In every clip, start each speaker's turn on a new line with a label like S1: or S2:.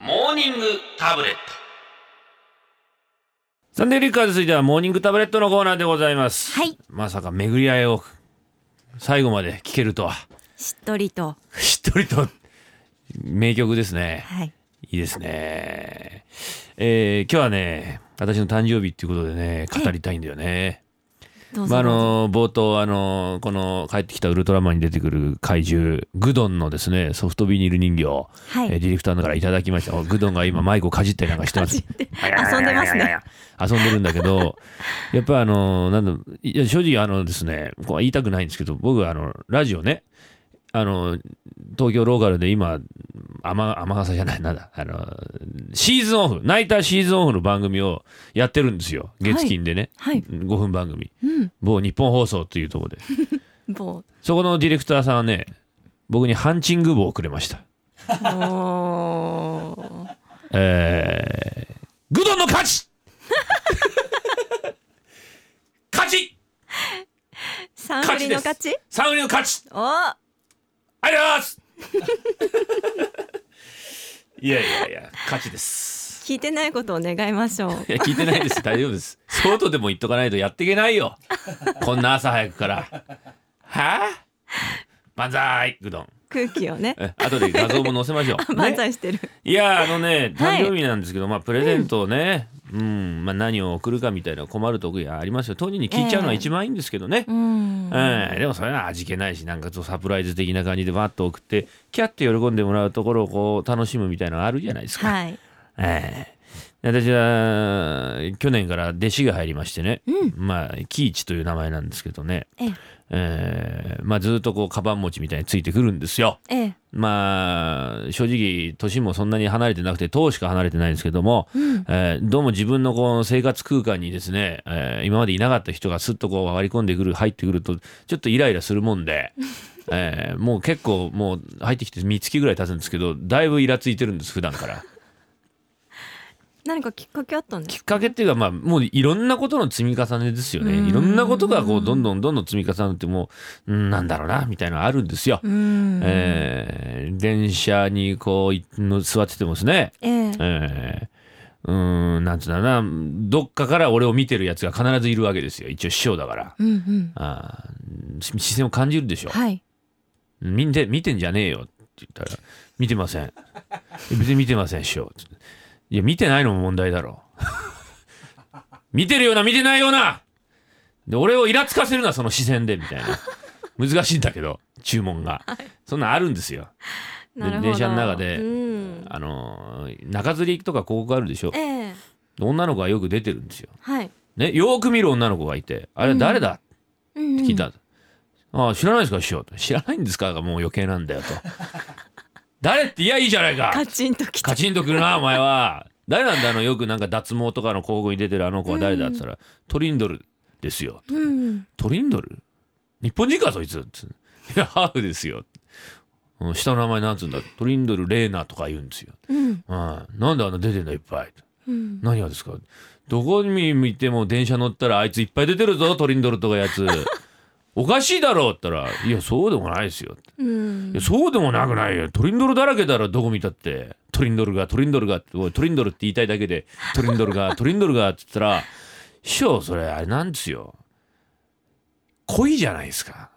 S1: ニングタブレット
S2: サンデーリッカーズ続いてはモーニングタブレットのコーナーでございます。
S3: はい
S2: まさか巡り合いを最後まで聞けるとは。
S3: しっとりと。
S2: しっとりと名曲ですね。
S3: はい。
S2: いいですね。えー今日はね、私の誕生日っていうことでね、語りたいんだよね。
S3: どうぞ。
S2: まあ、あの冒頭あのこの帰ってきたウルトラマンに出てくる怪獣グドンのですねソフトビニール人形、
S3: はい
S2: えーディレクターの方からいただきましたおグドンが今マイクをかじったりなんかしてます
S3: 遊んでますね
S2: 遊んでるんだけ どやっぱあのなんだいや正直あのですねこう言いたくないんですけど僕はあのラジオねあの東京ローカルで今天天笠じゃないなんだあのシーズンオフナイターシーズンオフの番組をやってるんですよ月金でね、
S3: はい
S2: 5分番組
S3: うん。
S2: 某日本放送というところで
S3: も
S2: そこのディレクターさんはね僕にハンチング棒をくれました
S3: う。もう。
S2: えー、グドンの勝ち勝ち
S3: 三振りの勝ち。
S2: サウリの勝ち
S3: お。は
S2: ありがとうございますいやいやいや勝ちです
S3: 聞いてないことを願いましょう。
S2: いや聞いてないです大丈夫です相当でも言っとかないとやっていけないよこんな朝早くからはあ万歳グドン
S3: 空気を ね。
S2: え後で画像も載せましょう
S3: 万
S2: ね
S3: 歳してる。
S2: いやあのね
S3: はい
S2: 誕生日なんですけど、まあプレゼントをね、うんまあ、何を送るかみたいな困るとこがありますよ当人に聞いちゃうのは
S3: ええ
S2: 一番いいんですけどね、え
S3: うん。
S2: えでもそれは味気ないしなんかちょっとサプライズ的な感じでわっと送ってキャッて喜んでもらうところをこう楽しむみたいなのあるじゃないですか、
S3: はい。
S2: ええ私は去年から弟子が入りましてね、まあ喜一という名前なんですけどね、
S3: ええ。
S2: ええまあ、ずっとこうカバン持ちみたいについてくるんですよ。
S3: ええ。
S2: まあ正直年もそんなに離れてなくて党しか離れてないんですけども、えーどうも自分のこう生活空間にですね、えー今までいなかった人がすっとこう割り込んでくる入ってくるとちょっとイライラするもん で、えーもう結構もう入ってきて3月ぐらい経つんですけどだいぶイラついてるんです普段 から。
S3: 何かきっかけあったんで
S2: きっ
S3: す
S2: かけっていうかまあもういろんなことの積み重ねですよねいろんなことがこうどんどんどんどん積み重ねてもううんなんだろうなみたいなのあるんですよ。
S3: うん。
S2: えー電車にこういの座っててもですね、
S3: ええ。
S2: えー、うーんなんつうんだろうなどっかから俺を見てるやつが必ずいるわけですよ一応師匠だから
S3: うんうん。
S2: あーし視線を感じるでしょ、
S3: はい。
S2: 見て見てんじゃねえよって言ったら「見てません別に見てません師匠」いや見てないのも問題だろ 見てるような見てないようなで俺をイラつかせるなその視線で」みたいな難しいんだけど注文が、そんなんあるんですよ
S3: なるほど。
S2: 電車の中で
S3: うん。
S2: あのー中吊りとか広告あるでしょ
S3: ええ。
S2: 女の子がよく出てるんですよ、
S3: はい。
S2: ね、よーく見る女の子がいて「あれ誰だ?」
S3: うん
S2: って聞いた、ああ知らないですか師匠と知らないんですかがもう余計なん だよと誰っていやいいじゃないか
S3: カチンときた。
S2: カチンとくるなお前は誰なんだあのよくなんか脱毛とかの広告に出てるあの子は誰だって言ったら、トリンドルですよ
S3: うん。
S2: トリンドル日本人かそいつつっていやハーフですようん下の名前なんつうんだトリンドル・レーナとか言うんですよ、
S3: うん。
S2: うん、なんであんな出てんだいっぱい
S3: うん。
S2: 何がですかどこに見ても電車乗ったらあいついっぱい出てるぞトリンドルとかやつおかしいだろうって言ったら「いやそうでもないですよ」
S3: うん
S2: いやそうでもなくないよトリンドルだらけだろどこ見たってトリンドルがトリンドルがっておいトリンドルって言いたいだけでトリンドル がトリンドルがって言ったら師匠それあれなんですよ恋じゃないですか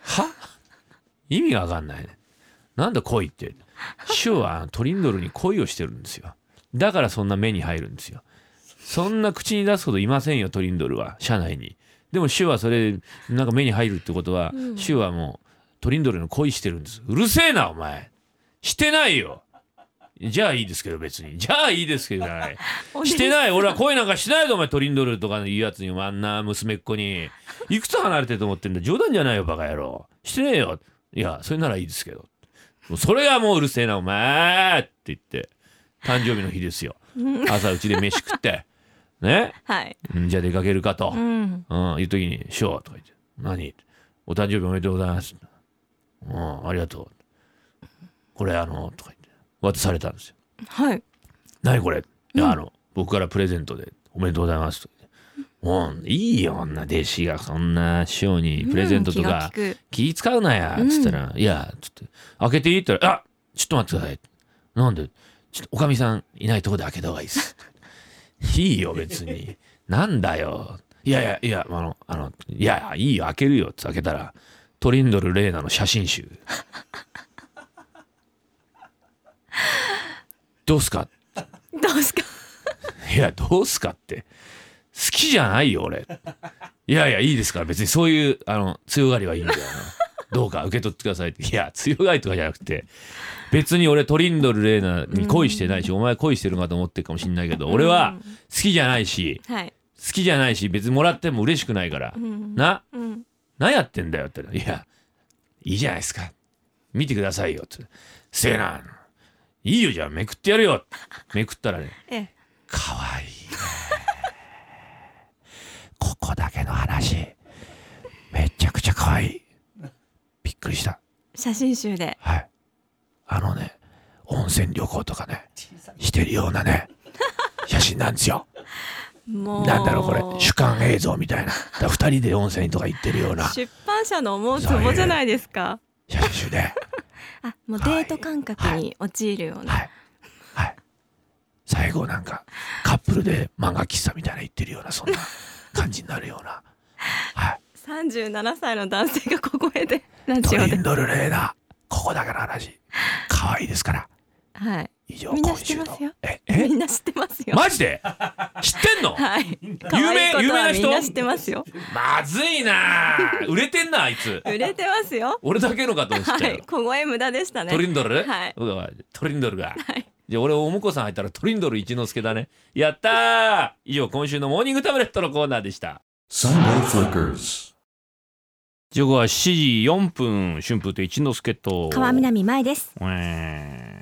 S2: は意味がわかんないねなんだ恋って師匠はあのトリンドルに恋をしてるんですよだからそんな目に入るんですよそんな口に出すほどいませんよトリンドルは社内にでも師匠はそれなんか目に入るってことは、
S3: うん
S2: 師匠はもうトリンドルの恋してるんですうるせえなお前してないよじゃあいいですけど別にじゃあいいですけどないしてない俺は恋なんかしないぞお前トリンドルとかの言うやつにお前あんな娘っ子にいくつ離れてると思ってんだ冗談じゃないよバカ野郎してねえよいやそれならいいですけどもうそれがもううるせえなお前って言って誕生日の日ですよ朝うちで飯食ってね
S3: はい。
S2: うんじゃあ出かけるかと、う
S3: うんん。
S2: いう時に「師匠」とか言って「何お誕生日おめでとうございます」うん「ありがとう」これあのとか言って渡されたんですよ
S3: はい。
S2: 何これ、いやあの僕からプレゼントでおめでとうございますともういいよ女弟子がそんな師匠にプレゼントと
S3: うん気が
S2: か
S3: 利、く
S2: 気使うなや」つったら「いや」つって「開けていい?」って言ったら「あちょっと待ってください」なんでちょっとおかみさんいないとこで開けた方がいいです。いいよ別に。なんだよ。いやいやいやあのあのいやいやいいよ開けるよって開けたらトリンドル・レイナの写真集。どうすか
S3: どうですか。
S2: いやどうすかって好きじゃないよ俺。いやいやいいですから別にそういうあの強がりはいいんだよな。どうか受け取ってくださいっていや強がりとかじゃなくて別に俺トリンドル・レイナに恋してないし、お前恋してるかと思ってるかもしんないけど俺は好きじゃないし
S3: はい。
S2: 好きじゃないし別にもらっても嬉しくないから、
S3: うん。
S2: な
S3: うん。
S2: 何やってんだよっていやいいじゃないですか見てくださいよってせえないいよじゃあめくってやるよめくったらね
S3: ええ。
S2: かわいいね ここだけの話めちゃくちゃかわいいびっくりした
S3: 写真集で。
S2: はいあのね温泉旅行とかねしてるようなね写真なんですよ
S3: もう。
S2: なんだろうこれ主観映像みたいなだ2人で温泉とか行ってるような
S3: 出版社の思うつぼじゃないですか。
S2: 写真集で
S3: あ、もうデート感覚に陥るような。
S2: はいはい最後なんかカップルで漫画喫茶みたいな行ってるようなそんな感じになるようなはい
S3: 三十七歳の男性が小声でラジ
S2: ト
S3: オ
S2: リ
S3: で
S2: ン。ドルレーダーここだから話可愛いですから
S3: はい。
S2: 以上
S3: みんな
S2: 今
S3: 知って
S2: 週
S3: ま
S2: の
S3: すよ
S2: ええ
S3: みんな知ってますよ。
S2: マジで知ってんの
S3: はい。
S2: 有名
S3: 可愛い
S2: 有
S3: こと
S2: 名
S3: は
S2: な
S3: み
S2: 人
S3: んな知ってますよ。
S2: まずいなあ売れてんなあいつ
S3: 売れてますよ。
S2: 俺だけのかと思っちゃう
S3: は
S2: よ、
S3: い。小声無駄でしたね。
S2: トリンドル
S3: はいう
S2: わトリンドルが
S3: はい。
S2: じゃあ俺お婿さん入ったらトリンドル一之輔だねやったー以上今週のモーニングタブレットのコーナーでした
S1: Sunday Flickers.
S2: 時刻は7時4分春風亭一之輔と
S3: 川南舞です。
S2: うえ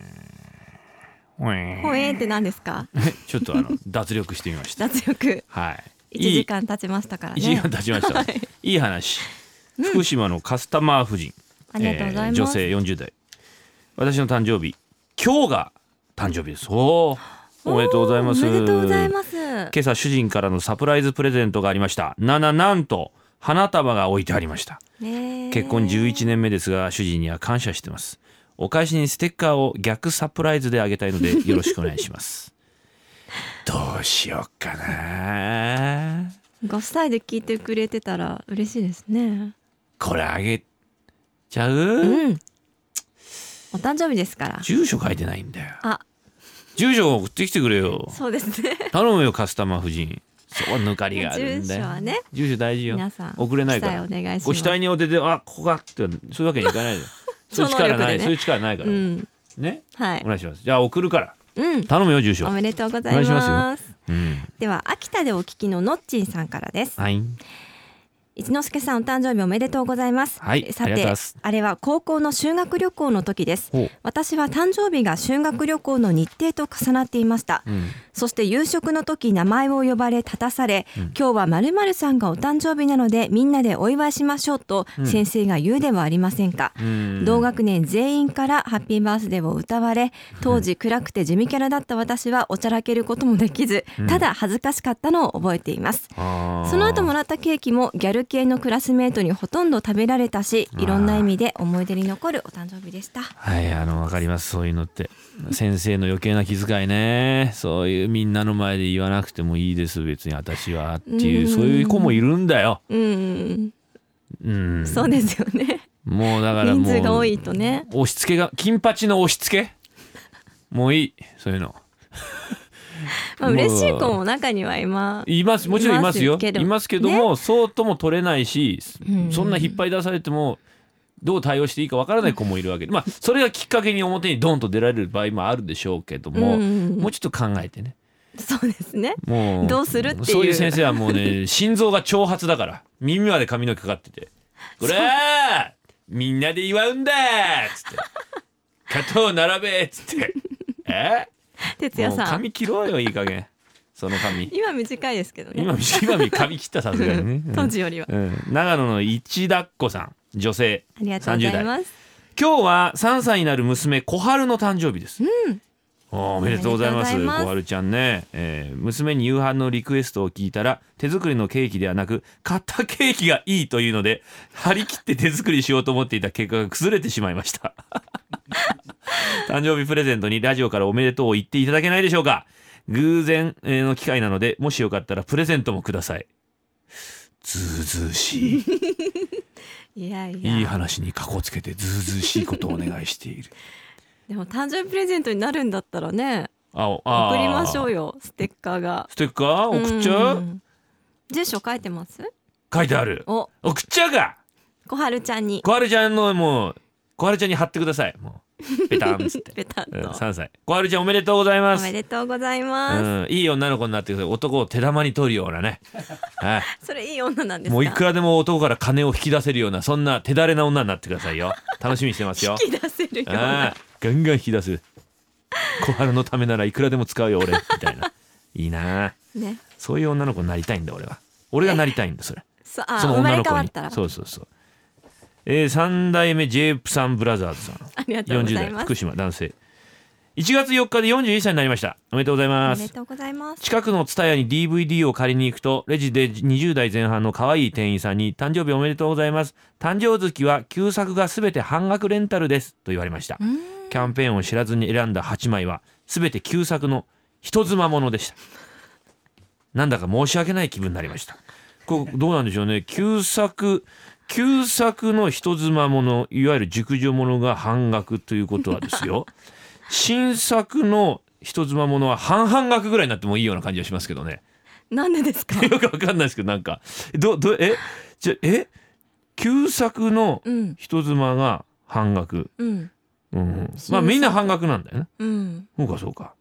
S2: ーうえー
S3: ほえーって何ですか。
S2: ちょっとあの 脱力してみました
S3: 脱力
S2: はい
S3: 一時間経ちましたから
S2: いい一時
S3: ね
S2: 間。経ちました、
S3: はい
S2: い、い話、福島のカスタマー夫人
S3: ありがとうござ
S2: え
S3: い
S2: ー
S3: ま
S2: 女
S3: す。
S2: 性40代私の誕生日今日が誕生日ですおーおめでとうございます
S3: おめでとうございます。
S2: 今朝主人からのサプライズプレゼントがありましたなななんと花束が置いてありました
S3: ねえ
S2: 結婚11年目ですが主人には感謝してますお返しにステッカーを逆サプライズであげたいの でよろしくお願いしますどうしよっかな
S3: ご夫妻で聞いてくれてたら嬉しいですね。
S2: これあげちゃう、
S3: うん。お誕生日ですから。
S2: 住所書いてないんだよ
S3: あ、
S2: 住所送ってきてくれよ
S3: そうですね。
S2: 頼むよカスタマー夫人そう抜かりがあるんだよ
S3: 住所はね
S2: 住所大事よ
S3: 皆さん
S2: 送れないから
S3: お伝えお願いします
S2: ご死体にお手であここがってそういうわけにいか ないよそういう力ない、
S3: 超能力でね
S2: そういう力ないから、
S3: うん。
S2: ね
S3: はい
S2: お。願いしますじゃあ送るから
S3: うん。
S2: 頼むよ住所
S3: おめでとうござ
S2: お願
S3: い
S2: いし
S3: ま。
S2: ますうん
S3: では秋田でお聞きののっちんさんからです。
S2: はい
S3: 一之輔さんお誕生日おめでとうございます。
S2: はい
S3: さ
S2: ありがとうござい
S3: て
S2: ます
S3: あれは高校の修学旅行の時です
S2: ほう。
S3: 私は誕生日が修学旅行の日程と重なっていました。
S2: うん
S3: そして夕食の時名前を呼ばれ立たされ、今日はまるまるさんがお誕生日なのでみんなでお祝いしましょうと先生が言うではありませんか。
S2: うん
S3: 同学年全員からハッピーバースデーを歌われ当時暗くて地味キャラだった私はおちゃらけることもできずただ恥ずかしかったのを覚えています
S2: あー
S3: その後もらったケーキもギャル系のクラスメートにほとんど食べられたしいろんな意味で思い出に残るお誕生日でした
S2: はいあのわかりますそういうのって先生の余計な気遣いねそういうみんなの前で言わなくてもいいです別に私はっていううんそういう子もいるんだよ
S3: うん
S2: うん
S3: そうですよね
S2: もうだから
S3: 人
S2: もう
S3: 数が多いとね
S2: 押し付けが金八の押し付けもういいそういうの
S3: ま
S2: も
S3: あ
S2: う
S3: 嬉しい子も中には今
S2: いますもちろんいますよ
S3: いますけど
S2: いますけどもそうとも取れないし、
S3: うん
S2: そんな引っ張り出されてもどう対応していいかわからない子もいるわけでまあそれがきっかけに表にドンと出られる場合もあるでしょうけども、
S3: うん
S2: もうちょっと考えてね
S3: そうですね
S2: もう
S3: どうするっていう
S2: そういう先生はもうね心臓が挑発だから耳まで髪の毛かかってて「これみんなで祝うんだ!」っつって「肩を並べ!」っつ って「え
S3: 哲
S2: も
S3: 也
S2: う
S3: さん
S2: 髪切ろうよいい加減その髪
S3: 今短いですけどね
S2: 今今髪切ったさすがにね、うん
S3: 当時よりは
S2: うん長野の一田っ子さん女性
S3: ありがとうござい
S2: 30代
S3: ます
S2: 今日は3歳になる娘小春の誕生日です、おめでとうございます
S3: おめでとうございます
S2: 小春ちゃんね、えー娘に夕飯のリクエストを聞いたら手作りのケーキではなく買ったケーキがいいというので 張り切って手作りしようと思っていた結果が崩れてしまいました 誕生日プレゼントにラジオからおめでとうを言っていただけないでしょうか偶然えーの機会なのでもしよかったらプレゼントもくださいずうずうしい
S3: いやいや
S2: いい話にかこつけてずうずうしいことをお願いしている
S3: でも誕生日プレゼントになるんだったらね
S2: あおあー
S3: 送りましょうよステッカーが
S2: ステッカー送っちゃうん
S3: 住所書いてます
S2: 書いてある
S3: お
S2: 送っちゃうか
S3: 小春ちゃんに
S2: 小春ちゃんのもう小春ちゃんに貼ってくださいもうペタンっつっ て
S3: ペタ
S2: うん
S3: ッと
S2: 3歳小春ちゃんおめでとうございま
S3: お
S2: す
S3: めでとうございます、
S2: うん、いい女の子になってください男を手玉に取るような ね、は
S3: それいい女なんで
S2: い、
S3: すか
S2: もういくらでも男から金を引き出せるようなそんな手だれな女になってくださいよ楽しみにしてますよ
S3: 引き出せるよう
S2: あ
S3: な
S2: あガンガン引き出す小春のためならいくらでも使うよ俺みたいないいな
S3: ね
S2: そういう女の子になりたいんだ俺は俺がなりたいんだそれ
S3: そあ
S2: その
S3: 生ま
S2: 女
S3: れ
S2: の
S3: 変
S2: 子
S3: わ
S2: に
S3: ったら
S2: そうそうそう、えー、3代目 j プさんブラザーズさん
S3: ありがとうご
S2: 40
S3: ざい
S2: 代
S3: ます
S2: 福島男性1月4日で41歳になりましたおめでとうござい
S3: お
S2: ま
S3: めですとうございます
S2: 近くのツタヤに DVD を借りに行くとレジで20代前半の可愛い店員さんに「誕生日おめでとうございます誕生月は旧作が全て半額レンタルです」と言われました
S3: うーん
S2: キャンペーンを知らずに選んだ8枚は全て旧作の人妻ものでした。なんだか申し訳ない気分になりました。こうどうなんでしょうね。旧作旧作の人妻ものいわゆる熟女ものが半額ということはですよ。新作の人妻ものは半々額ぐらいになってもいいような感じがしますけどね。
S3: なんでですか
S2: よくわかんないですけどなんかどどえじゃえ旧作の
S3: うん
S2: 人妻が半額。
S3: うん
S2: うん、
S3: 新
S2: まあ
S3: 作
S2: みんな半額なんだよね。
S3: うん
S2: そうかそうか。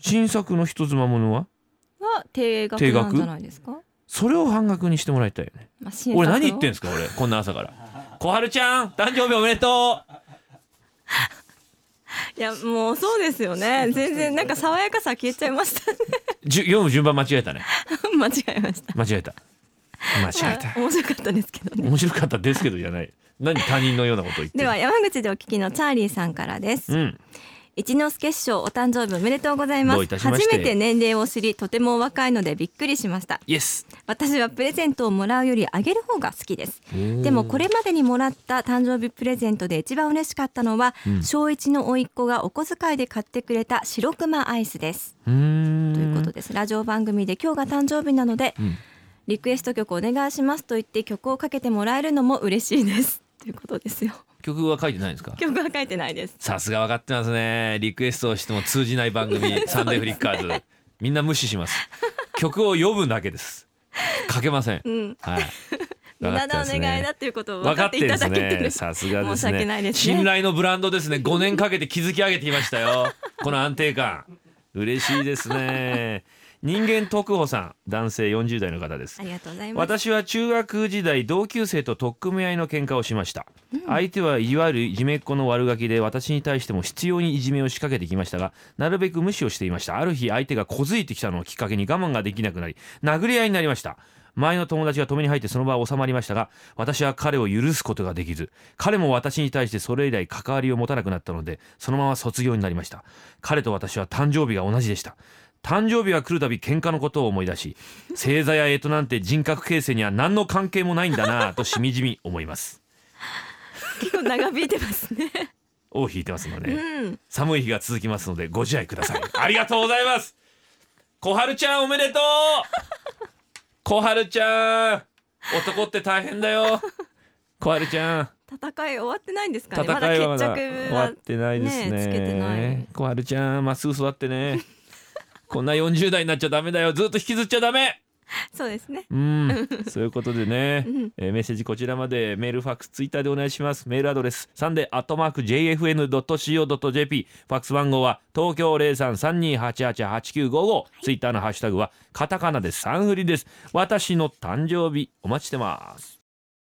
S2: 新作の人妻ものは
S3: は定額なんじゃないですか
S2: それを半額にしてもらいたいよね。
S3: まあ、新作を
S2: 俺何言ってんすか俺こんな朝から。小春ちゃん誕生日おめでとう。
S3: いやもうそうですよね全然なんか爽やかさ消えちゃいました ね
S2: じゅ読む順番間違えたね。
S3: 間違えました
S2: 間違えた。間違え
S3: まあ
S2: た。
S3: 面白かったですけどね
S2: 面白かったですけどじゃない。何他人のようなこと言って
S3: で
S2: る。
S3: は山口でお聞きのチャーリーさんからです
S2: うん。
S3: 一之輔師匠お誕生日おめでとうございま
S2: どう
S3: す
S2: いたしまし
S3: 初
S2: て
S3: めて年齢を知りとてもお若いのでびっくりしました
S2: イエス。
S3: 私はプレゼントをもらうよりあげる方が好きですでもこれまでにもらった誕生日プレゼントで一番嬉しかったのは、小一の甥っ子がお小遣いで買ってくれた白熊アイスです
S2: うーん。
S3: ということですラジオ番組で今日が誕生日なので、リクエスト曲お願いしますと言って曲をかけてもらえるのも嬉しいですということですよ
S2: 曲は書いてないんですか。
S3: 曲は書いてないです
S2: さすが分かってますね。リクエストをしても通じない番 組サンデーフリッカーズ。みんな無視します。曲を読むだけです。書けません。
S3: うん
S2: はい。
S3: 無
S2: 分か
S3: 駄なお
S2: ってますね
S3: 願いだということを分
S2: 分
S3: か
S2: か
S3: っ
S2: ってて
S3: い
S2: で
S3: た
S2: す
S3: だけて
S2: ね。
S3: る
S2: さすがですね。
S3: 申し訳ないですね
S2: 信頼のブランドですね。5年かけて築き上げてきましたよ。この安定感。嬉しいですね。人間特保さん、男性40代の方です
S3: あ。りがとうございます
S2: 私は中学時代同級生と取っ組み合いの喧嘩をしました、相手はいわゆるいじめっ子の悪ガキで私に対しても執拗にいじめを仕掛けてきましたがなるべく無視をしていましたある日相手が小づいてきたのをきっかけに我慢ができなくなり殴り合いになりました前の友達が止めに入ってその場は収まりましたが私は彼を許すことができず彼も私に対してそれ以来関わりを持たなくなったのでそのまま卒業になりました彼と私は誕生日が同じでした誕生日が来るたび喧嘩のことを思い出し星座や干支なんて人格形成には何の関係もないんだなぁとしみじみ思います
S3: 結構長引いてますね
S2: 尾を引いてますので、
S3: うん
S2: 寒い日が続きますのでご自愛くださいありがとうございます小春ちゃんおめでとう小春ちゃん男って大変だよ小春ちゃん
S3: 戦い終わってないんですか
S2: 戦
S3: ねまだ
S2: いはま
S3: 決着
S2: だ終わ
S3: は
S2: ってないですね
S3: ねつけてない
S2: 小春ちゃんまっすぐ育ってねこんな40代になっちゃダメだよずっと引きずっちゃダメ
S3: そうですね
S2: うん、そういうことでね、
S3: ん
S2: えーメッセージこちらまでメールファックスツイッターでお願いしますメールアドレスサンデーアットマーク JFN.CO.JP ファックス番号は東京0332888955ツイッターのハッシュタグはカタカナでサンフリです私の誕生日お待ちしてます